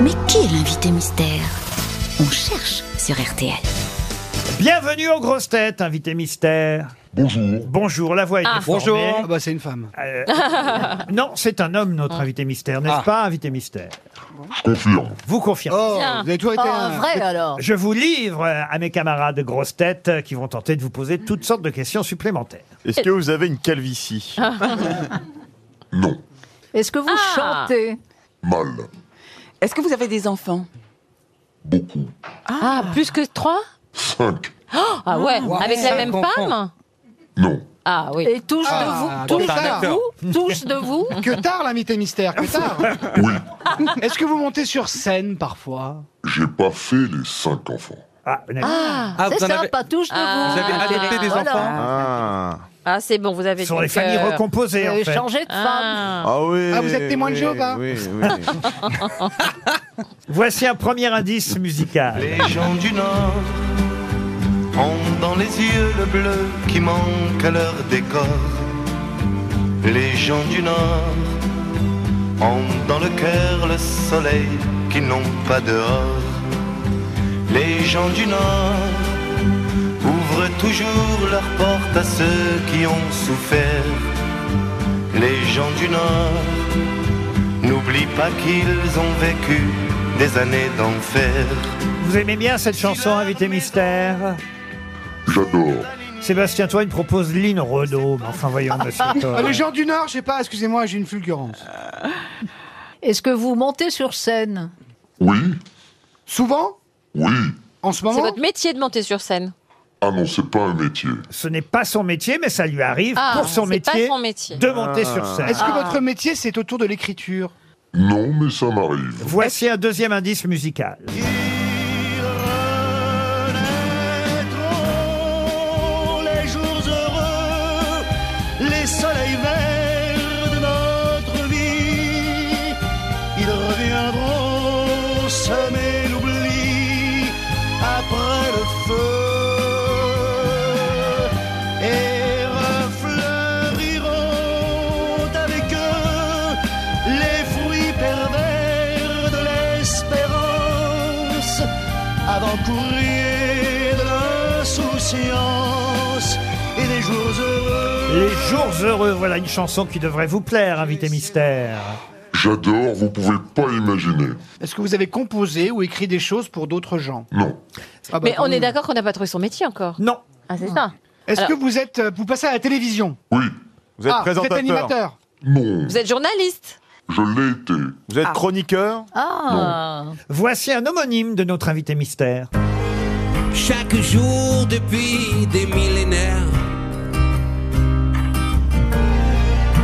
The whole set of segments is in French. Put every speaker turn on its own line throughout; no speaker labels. Mais qui est l'invité mystère On cherche sur RTL.
Bienvenue aux grosses têtes, invité mystère. Bonjour. Bonjour, la
Ah.
voix est déformée.
Bonjour. bah, c'est une femme.
Euh, non, c'est un homme, notre invité mystère, n'est-ce
Ah.
pas, invité mystère
Confirme.
Vous confirmez.
Oh,
Tiens.
vous avez toujours été
Ah,
un... Oh.
alors.
Je vous livre euh, à mes camarades grosses têtes euh, qui vont tenter de vous poser toutes sortes de questions supplémentaires.
Est-ce que vous avez une calvitie Non.
Est-ce que vous
Ah.
chantez
Mal.
Est-ce que vous avez des enfants
Beaucoup.
Ah, plus que trois
Cinq.
Ah ouais,
Wow.
avec la
Cinq
même
enfants.
femme
Non.
Ah oui.
Et tous
Ah,
de vous,
que
tous
tard.
de
Vous, tous de vous
Que tard, l'invité mystère, que tard.
Oui,
Est-ce que vous montez sur scène parfois
j'ai pas fait les cinq enfants.
Ah, vous n'avez-
vous. C'est ça, pas tous de vous.
Vous avez adopté des
Voilà.
Ah,
Ah c'est bon, vous avez
ce sont
donc,
les familles
euh,
Vous
recomposées, en
avez
fait.
changé de femme.
Ah.
ah oui.
Ah, vous êtes témoin de
oui,
Jéhovah
Oui, oui.
Voici un premier indice musical.
Les gens du Nord ont dans les yeux le bleu qui manque à leur décor. Les gens du Nord ont dans le cœur le soleil qu'ils n'ont pas dehors. Les gens du Nord ouvrent toujours leurs portes à ceux qui ont souffert. Les gens du Nord n'oublient pas qu'ils ont vécu des années d'enfer.
Vous aimez bien cette chanson, invité mystère
J'adore.
Sébastien Toine propose Lynn Renaud. Mais enfin, voyons, monsieur
Ah, Les
Toine.
gens du Nord, je sais pas, excusez-moi, j'ai une fulgurance.
Euh.
Est-ce que vous montez sur scène
Oui,
Souvent
oui.
En ce
C'est
moment
votre métier de monter sur scène.
Ah non, c'est pas un métier.
Ce n'est pas son métier, mais ça lui arrive
Ah,
pour son
c'est
métier,
pas son métier.
de monter sur scène.
Est-ce que
Ah.
votre métier, c'est autour de l'écriture
Non, mais ça m'arrive.
Voici un deuxième indice musical.
Ils renaîtront les jours heureux, les soleils verts de notre vie. Ils reviendront semer l'oubli après le feu et refleuriront avec eux les fruits pervers de l'espérance avant courrier de l'insouciance et des jours heureux.
Les jours heureux, voilà une chanson qui devrait vous plaire, invité mystère.
J'adore, vous pouvez pas imaginer.
Est-ce que vous avez composé ou écrit des choses pour d'autres gens
Non.
Ah, bah,
Mais
tant
on est
mieux.
d'accord qu'on n'a pas trouvé son métier encore.
Non,
Ah c'est ça.
Est-ce
Alors-
que vous êtes, euh, vous passez à la télévision
Oui,
Vous êtes
Ah,
présentateur.
vous êtes animateur.
non.
Vous êtes journaliste
Je l'ai été.
Vous êtes chroniqueur.
Ah.
voici un homonyme de notre invité mystère.
Chaque jour depuis des millénaires,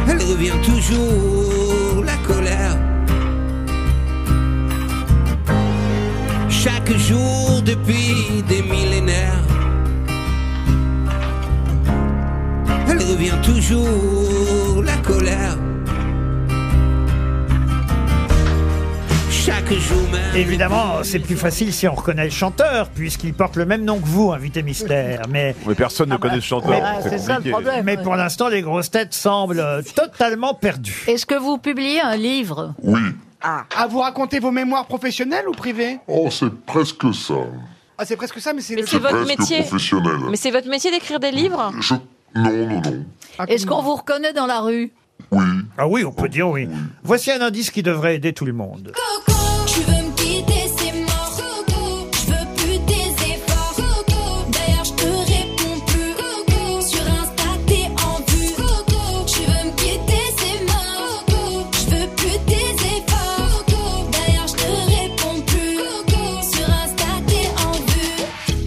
elle revient toujours la colère. Chaque jour depuis des millénaires, elle revient toujours la colère. Chaque jour même.
Évidemment, c'est plus facile si on reconnaît le chanteur, puisqu'il porte le même nom que vous, invité mystère. Mais,
Mais personne
bah,
ne connaît ce chanteur.
euh,
Ah, C'est ça le
compliqué.
problème.
mais pour l'instant, les grosses têtes semblent euh, totalement perdues.
Est-ce que vous publiez un livre
Oui.
Ah, vous racontez vos mémoires professionnelles ou privées
Oh, c'est presque ça.
Ah, c'est presque ça, mais c'est
Mais
le-
c'est votre
presque
métier.
professionnel.
Ah. Mais c'est votre métier d'écrire des livres
Je... Non, non, non.
Ah,
Est-ce qu'on
comment-
vous reconnaît dans la rue
Oui.
Ah oui, on peut dire oui. Voici un indice qui devrait aider tout le monde.
Coco, tu veux me quitter, c'est mort. Coco, je veux plus tes efforts. Coco, d'ailleurs, je te réponds plus. Coco, sur Insta, t'es en vue. Coco, tu veux me quitter, c'est mort. Coco, je veux plus tes efforts. Coco, d'ailleurs, je te réponds plus. Coco, sur Insta, t'es en vue.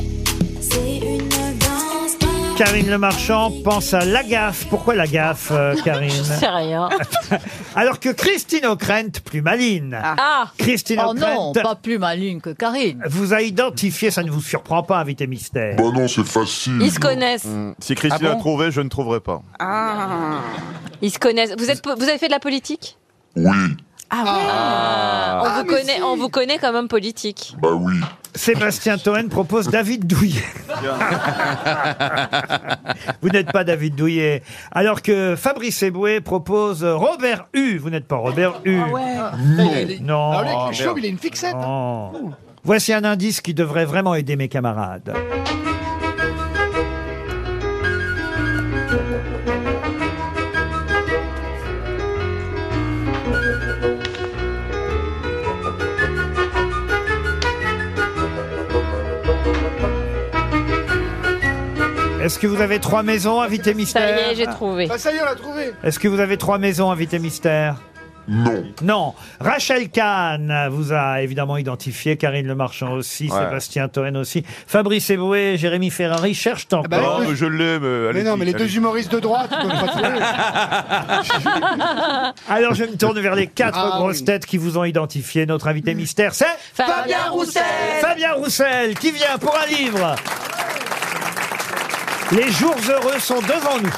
C'est une danse.
Karine Le Marchand pense à la gaffe. Pourquoi la gaffe, euh,
Je
Karine
sais rien.
Alors que Christine O'Krent, plus maline,
Ah
Christine
Oh non,
O'Krent
pas plus maligne que Karine.
vous a identifié, ça ne vous surprend pas, invité mystère.
Bah non, c'est facile.
Ils se connaissent.
Si Christine
Ah bon
a trouvé, je ne trouverai pas.
Ils se connaissent. Vous, êtes, po- vous avez fait de la politique
Oui.
Ah,
on, vous
mais
connaît,
si.
on vous connaît comme homme politique.
Bah oui.
Sébastien Toen propose David Douillet. Vous n'êtes pas David Douillet. Alors que Fabrice Eboué propose Robert U. Vous n'êtes pas Robert U.
Ah
Non.
Ah, le mec,
Oh,
le chauve,
merde.
il a une fixette. hein.
Non. Oh. Voici un indice qui devrait vraiment aider mes camarades. Est-ce que vous avez trois maisons, invité
Ça
mystère
y est, j'ai trouvé.
Bah, ça y est, on l'a trouvé.
Est-ce que vous avez trois maisons, invité mystère
Non.
non, Rachel Kahn vous a évidemment identifié, Karine Le Marchand aussi,
Ouais.
Sébastien Toen aussi, Fabrice Eboué, Jérémy Ferrari cherchent encore.
bah
Non, mais je l'aime. euh,
Mais
allez-y,
non, mais les
allez-y.
deux humoristes de droite, ils peuvent pas trouver.
Alors je me tourne vers les quatre
Ah
grosses
oui. Mm.
têtes qui vous ont identifié. Notre invité mystère, c'est
Fabien Roussel
Fabien Roussel qui vient pour un livre. Les jours heureux sont devant nous.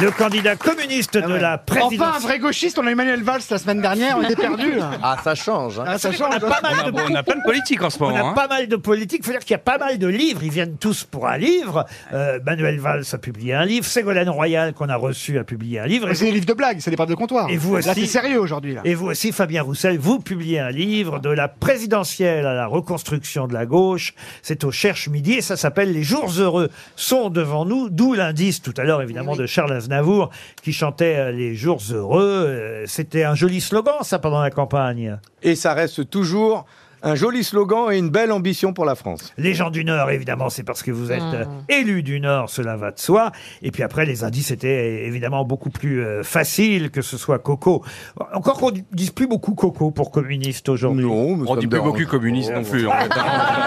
Le candidat communiste de la présidence.
Ah Enfin, un vrai gauchiste, on a Emmanuel Valls la semaine dernière, on était perdus. là.
Ah, ça change. hein.
Ah, ça
on
change.
a
hein.
pas mal de
On a plein de politiques en ce
On a
moment. hein.
pas mal de politiques, il faut dire qu'il y a pas mal de livres, ils viennent tous pour un livre. Euh, Manuel Valls a publié un livre, Ségolène Royal qu'on a reçu a publié un livre, et
Ah, C'est
vous,
des livres de blagues, c'est des preuves de comptoir.
Et vous
Là,
aussi.
c'est sérieux aujourd'hui. là.
et vous aussi Fabien Roussel, vous publiez un livre de la présidentielle à la reconstruction de la gauche, c'est au Cherche Midi et ça s'appelle Les jours heureux sont devant nous, d'où l'indice tout à l'heure évidemment de Charles Aznavour qui chantait euh, Les jours heureux, Euh, c'était un joli slogan ça pendant la campagne.
Et ça reste toujours un joli slogan et une belle ambition pour la France.
Les gens du Nord, évidemment, c'est parce que vous êtes
Ah.
euh, élu du Nord, cela va de soi. Et puis après, les indices étaient euh, évidemment beaucoup plus euh, faciles, que ce soit Coco. Encore qu'on ne dise plus beaucoup Coco pour communiste aujourd'hui.
Non, mais
On
ça
dit
me
plus
dérange
beaucoup communiste
pas.
non plus. en fait.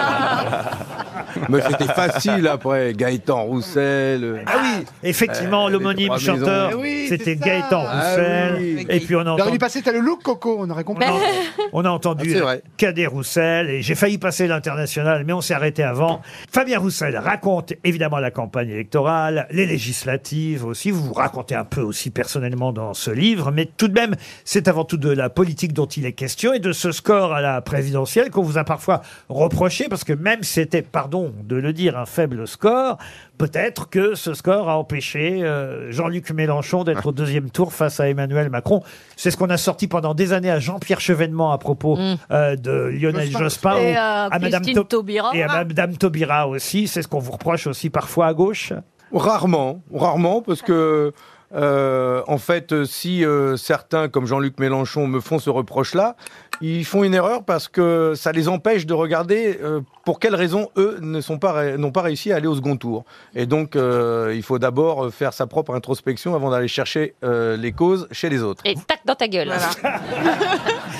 hein.
Mais c'était facile après. Gaëtan Roussel. euh,
Ah oui, effectivement,
Euh,
l'homonyme
les trois maisons.
chanteur,
Eh oui, c'est
c'était
ça.
Gaëtan
Ah
Roussel.
oui.
Et puis on a
Il aurait
entendu,
dû passer, t'as le look coco, on aurait compris.
on a- Ben. on a
Ah,
entendu
c'est
euh,
vrai.
Cadet Roussel. Et j'ai failli passer l'international, mais on s'est arrêté avant. Fabien Roussel raconte évidemment la campagne électorale, les législatives aussi. Vous vous racontez un peu aussi personnellement dans ce livre, mais tout de même, c'est avant tout de la politique dont il est question et de ce score à la présidentielle qu'on vous a parfois reproché parce que même si c'était, pardon de le dire, un faible score, peut-être que ce score a empêché euh, Jean-Luc Mélenchon d'être au deuxième tour face à Emmanuel Macron. C'est ce qu'on a sorti pendant des années à Jean-Pierre Chevènement à propos euh, de Lionel
Jospin.
Jospin
Et
ou
à
Ah, Madame
Christine
Taub-
Taubira.
et à Madame Taubira aussi. C'est ce qu'on vous reproche aussi parfois à gauche.
Rarement, rarement, parce que euh, en fait, si euh, certains, comme Jean-Luc Mélenchon, me font ce reproche-là, ils font une erreur parce que ça les empêche de regarder euh, pour quelles raisons eux ne sont pas ré- n'ont pas réussi à aller au second tour. Et donc, euh, il faut d'abord faire sa propre introspection avant d'aller chercher euh, les causes chez les autres.
Et tac dans ta gueule.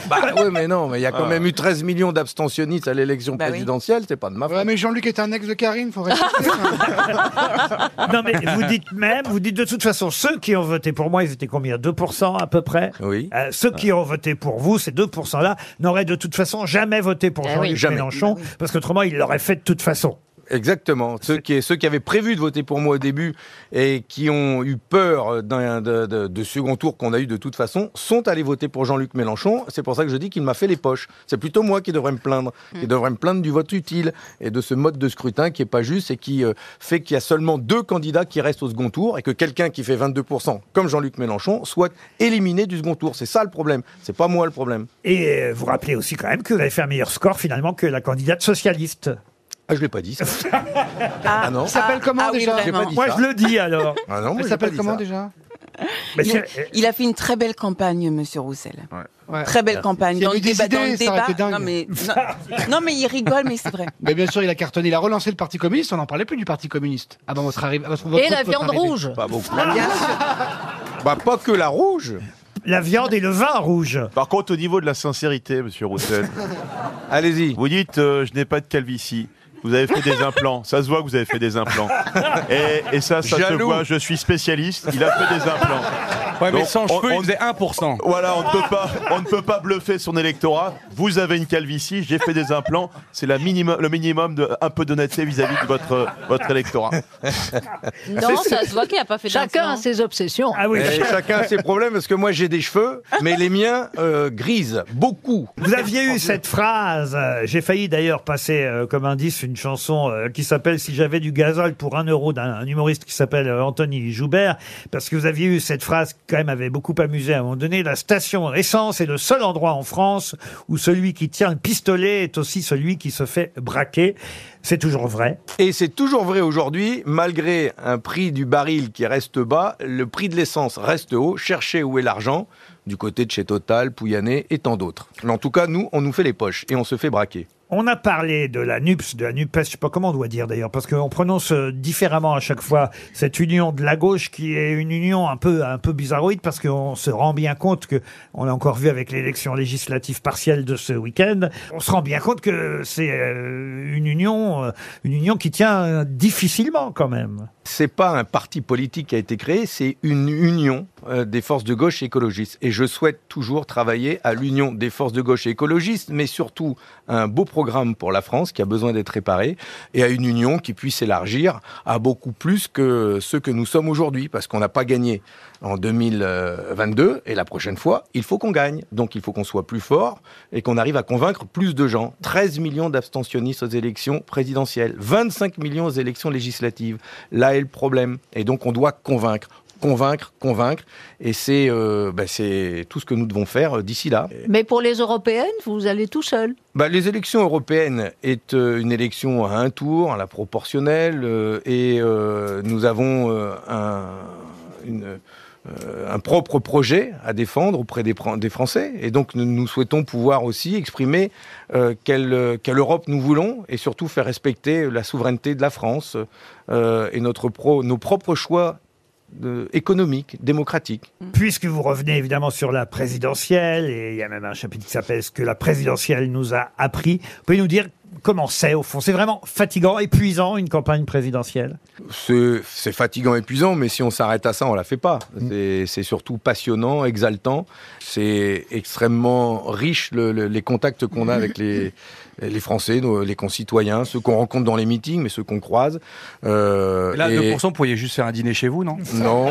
Bah oui, mais non, mais il y a quand même eu 13 millions d'abstentionnistes à l'élection
Bah oui.
présidentielle, c'est pas de ma faute.
Ouais, mais Jean-Luc est un ex de Karine, faut respecter. hein.
Non mais vous dites même, vous dites de toute façon, ceux qui ont voté pour moi, ils étaient combien 2% à peu près
Oui.
Euh, ceux qui ont voté pour vous, ces 2%-là, n'auraient de toute façon jamais voté pour
Eh
Jean-Luc
oui.
Jamais.
Mélenchon, parce qu'autrement, ils l'auraient fait de toute façon.
Exactement. Ceux qui, ceux qui avaient prévu de voter pour moi au début et qui ont eu peur d'un de, de- de second tour qu'on a eu de toute façon sont allés voter pour Jean-Luc Mélenchon. C'est pour ça que je dis qu'il m'a fait les poches. C'est plutôt moi qui devrais me plaindre,
Hmm.
qui devrais me plaindre du vote utile et de ce mode de scrutin qui est pas juste et qui euh, fait qu'il y a seulement deux candidats qui restent au second tour et que quelqu'un qui fait 22% comme Jean-Luc Mélenchon soit éliminé du second tour. C'est ça le problème. C'est pas moi le problème.
Et euh, vous rappelez aussi quand même que vous avez fait un meilleur score finalement que la candidate socialiste.
Ah, je l'ai pas dit. Ça. ah non.
Il s'appelle comment
ah oui,
déjà
J'ai pas
vraiment.
dit
Moi,
ça.
je le dis alors.
Ah non, moi,
Elle
j'ai pas
s'appelle
dit
comment
ça.
déjà
Mais
Il,
c'est-
il a fait une très belle campagne, Monsieur Roussel.
Ouais.
Très belle campagne.
S'il y
Dans
avait
le
des
débat, dans le
idées, ça aurait
débat.
été dingue.
Non mais, non, non, mais il rigole, mais c'est vrai.
Mais bien sûr, il a cartonné, il a relancé le Parti communiste, on n'en parlait plus du Parti communiste avant votre arrivée. avant votre-
Et la
votre
viande
arrivée.
rouge.
Pas beaucoup. Bah pas que la rouge.
la viande et le vin rouge.
Par contre, au niveau de la sincérité, monsieur Roussel,
Allez-y.
vous dites euh, je n'ai pas de calvitie. Vous avez fait des implants. Ça se voit que vous avez fait des implants. Et, et ça, ça se
Jaloux.
voit. Je suis spécialiste. Il a fait des implants.
Ouais, mais
Donc,
sans
on-
cheveux, il
on-
faisait 1%.
Voilà, on ne peut pas, on ne peut pas bluffer son électorat. Vous avez une calvitie, j'ai fait des implants. C'est la minimum, le minimum de un peu d'honnêteté vis-à-vis de votre votre électorat.
Non, ça se voit qu'il n'a pas fait
Chacun a
d'implant.
ses obsessions. Ah
Eh
Et chacun a ses problèmes parce que moi j'ai des cheveux, mais les miens euh, grises, beaucoup.
Vous aviez eu cette phrase, euh, j'ai failli d'ailleurs passer euh, comme indice une chanson euh, qui s'appelle Si j'avais du gazole pour un euro d'un un humoriste qui s'appelle euh, Anthony Joubert, parce que vous aviez eu cette phrase qui quand même avait beaucoup amusé à un moment donné, la station essence est le seul endroit en France où celui qui tient le pistolet est aussi celui qui se fait braquer. C'est toujours vrai.
Et c'est toujours vrai aujourd'hui, malgré un prix du baril qui reste bas, le prix de l'essence reste haut. Cherchez où est l'argent, du côté de chez Total, Pouyanné et tant d'autres. Mais en tout cas, nous, on nous fait les poches et on se fait braquer.
On a parlé de la NUPS, de la NUPES, je sais pas comment on doit dire d'ailleurs, parce qu'on prononce euh, différemment à chaque fois cette union de la gauche qui est une union un peu, un peu bizarroïde parce qu'on se rend bien compte que, on l'a encore vu avec l'élection législative partielle de ce week-end, on se rend bien compte que c'est euh, une union, euh, une union qui tient euh, difficilement quand même.
C'est pas un parti politique qui a été créé, c'est une union euh, des forces de gauche écologistes. Et je souhaite toujours travailler à l'union des forces de gauche écologistes, mais surtout à un beau programme pour la France qui a besoin d'être réparé et à une union qui puisse s'élargir à beaucoup plus que ce que nous sommes aujourd'hui, parce qu'on n'a pas gagné en 2022 et la prochaine fois, il faut qu'on gagne. Donc il faut qu'on soit plus fort et qu'on arrive à convaincre plus de gens. 13 millions d'abstentionnistes aux élections présidentielles, 25 millions aux élections législatives. Là est le problème. Et donc on doit convaincre, convaincre, convaincre. Et c'est euh, bah, c'est tout ce que nous devons faire euh, d'ici là.
Mais pour les européennes, vous allez tout seul.
Bah, les élections européennes est euh, une élection à un tour, à la proportionnelle, euh, et euh, nous avons euh, un, une, euh, un propre projet à défendre auprès des, Fran- des Français. Et donc nous, nous souhaitons pouvoir aussi exprimer euh, quelle, euh, quelle Europe nous voulons, et surtout faire respecter la souveraineté de la France euh, et notre pro, nos propres choix de- économiques, démocratiques.
Puisque vous revenez évidemment sur la présidentielle, et il y a même un chapitre qui s'appelle Ce que la présidentielle nous a appris, vous pouvez nous dire comment c'est au fond C'est vraiment fatigant, épuisant une campagne présidentielle
C'est c'est fatigant, épuisant, mais si on s'arrête à ça, on la fait pas. C'est- C'est surtout passionnant, exaltant. C'est extrêmement riche le- le- les contacts qu'on a avec les, les Français, nos- les concitoyens, ceux qu'on rencontre dans les meetings, mais ceux qu'on croise. Euh,
Là,
et-
2%, vous pourriez juste faire un dîner chez vous, non
non.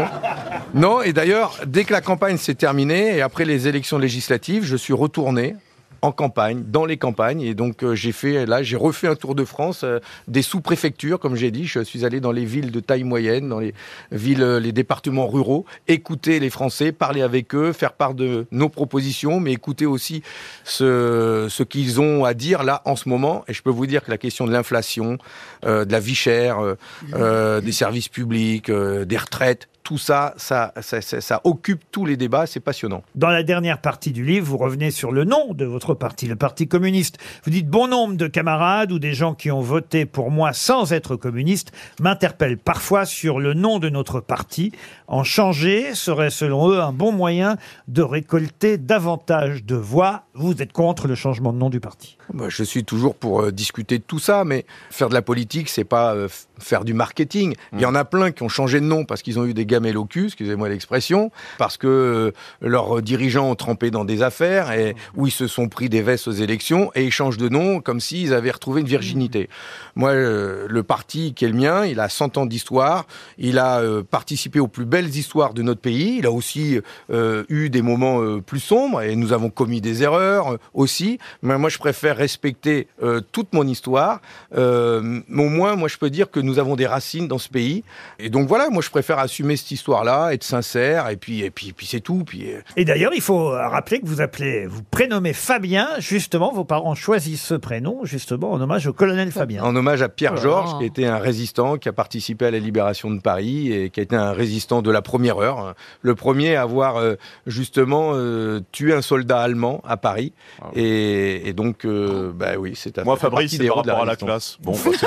Non, et d'ailleurs, dès que la campagne s'est terminée, et après les élections législatives, je suis retourné en campagne, dans les campagnes, et donc euh, j'ai fait, là, j'ai refait un tour de France, euh, des sous-préfectures, comme j'ai dit, je suis allé dans les villes de taille moyenne, dans les villes, euh, les départements ruraux, écouter les Français, parler avec eux, faire part de nos propositions, mais écouter aussi ce, ce qu'ils ont à dire là en ce moment, et je peux vous dire que la question de l'inflation, euh, de la vie chère, euh, euh, des services publics, euh, des retraites, tout ça, ça, ça, ça- ça occupe tous les débats, c'est passionnant.
Dans la dernière partie du livre, vous revenez sur le nom de votre parti, le Parti communiste. Vous dites bon nombre de camarades ou des gens qui ont voté pour moi sans être communistes m'interpellent parfois sur le nom de notre parti. En changer serait selon eux un bon moyen de récolter davantage de voix. Vous êtes contre le changement de nom du parti.
Bah, je suis toujours pour euh, discuter de tout ça, mais faire de la politique, c'est pas euh, f- faire du marketing. Il y en a plein qui ont changé de nom parce qu'ils ont eu des gamelles au cul, excusez-moi l'expression, parce que euh, leurs dirigeants ont trempé dans des affaires et où ils se sont pris des vestes aux élections et ils changent de nom comme s'ils avaient retrouvé une virginité. Moi, euh, le parti qui est le mien, il a 100 ans d'histoire, il a euh, participé aux plus belles histoires de notre pays, il a aussi euh, eu des moments euh, plus sombres et nous avons commis des erreurs euh, aussi, mais moi je préfère respecter euh, toute mon histoire, Euh, mais au moins moi je peux dire que nous avons des racines dans ce pays et donc voilà, moi je préfère assumer cette histoire-là, être sincère et puis et puis, puis c'est tout, puis euh,
Et d'ailleurs, il faut rappeler que vous appelez, vous prénommez Fabien, justement, vos parents choisissent ce prénom, justement, en hommage au colonel Fabien.
En hommage à Pierre
Oh là là.
Georges, qui était un résistant, qui a participé à la libération de Paris et qui a été un résistant de la première heure. hein. Le premier à avoir euh, justement euh, tué un soldat allemand à Paris. Et, et donc, euh, bah oui, c'est un
Ah Moi,
ça fait
Fabrice,
partie
c'est
des
par
héros de
rapport à la classe.
résistance.
Bon, bah,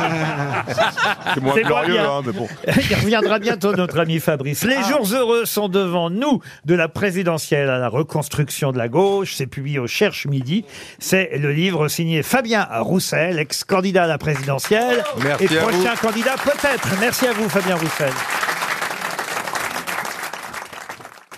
c'est bon. C'est moins
C'est moins
glorieux,
bien.
hein, mais bon.
Il reviendra bientôt, notre ami Fabrice. Ah. Les jours heureux sont devant nous, de la présidentielle à la reconstruction de la gauche. C'est publié au Cherche Midi. C'est le livre signé Fabien Roussel, ex-candidat à la présidentielle.
Merci
et
à
prochain
vous.
candidat peut-être. Merci à vous, Fabien Roussel.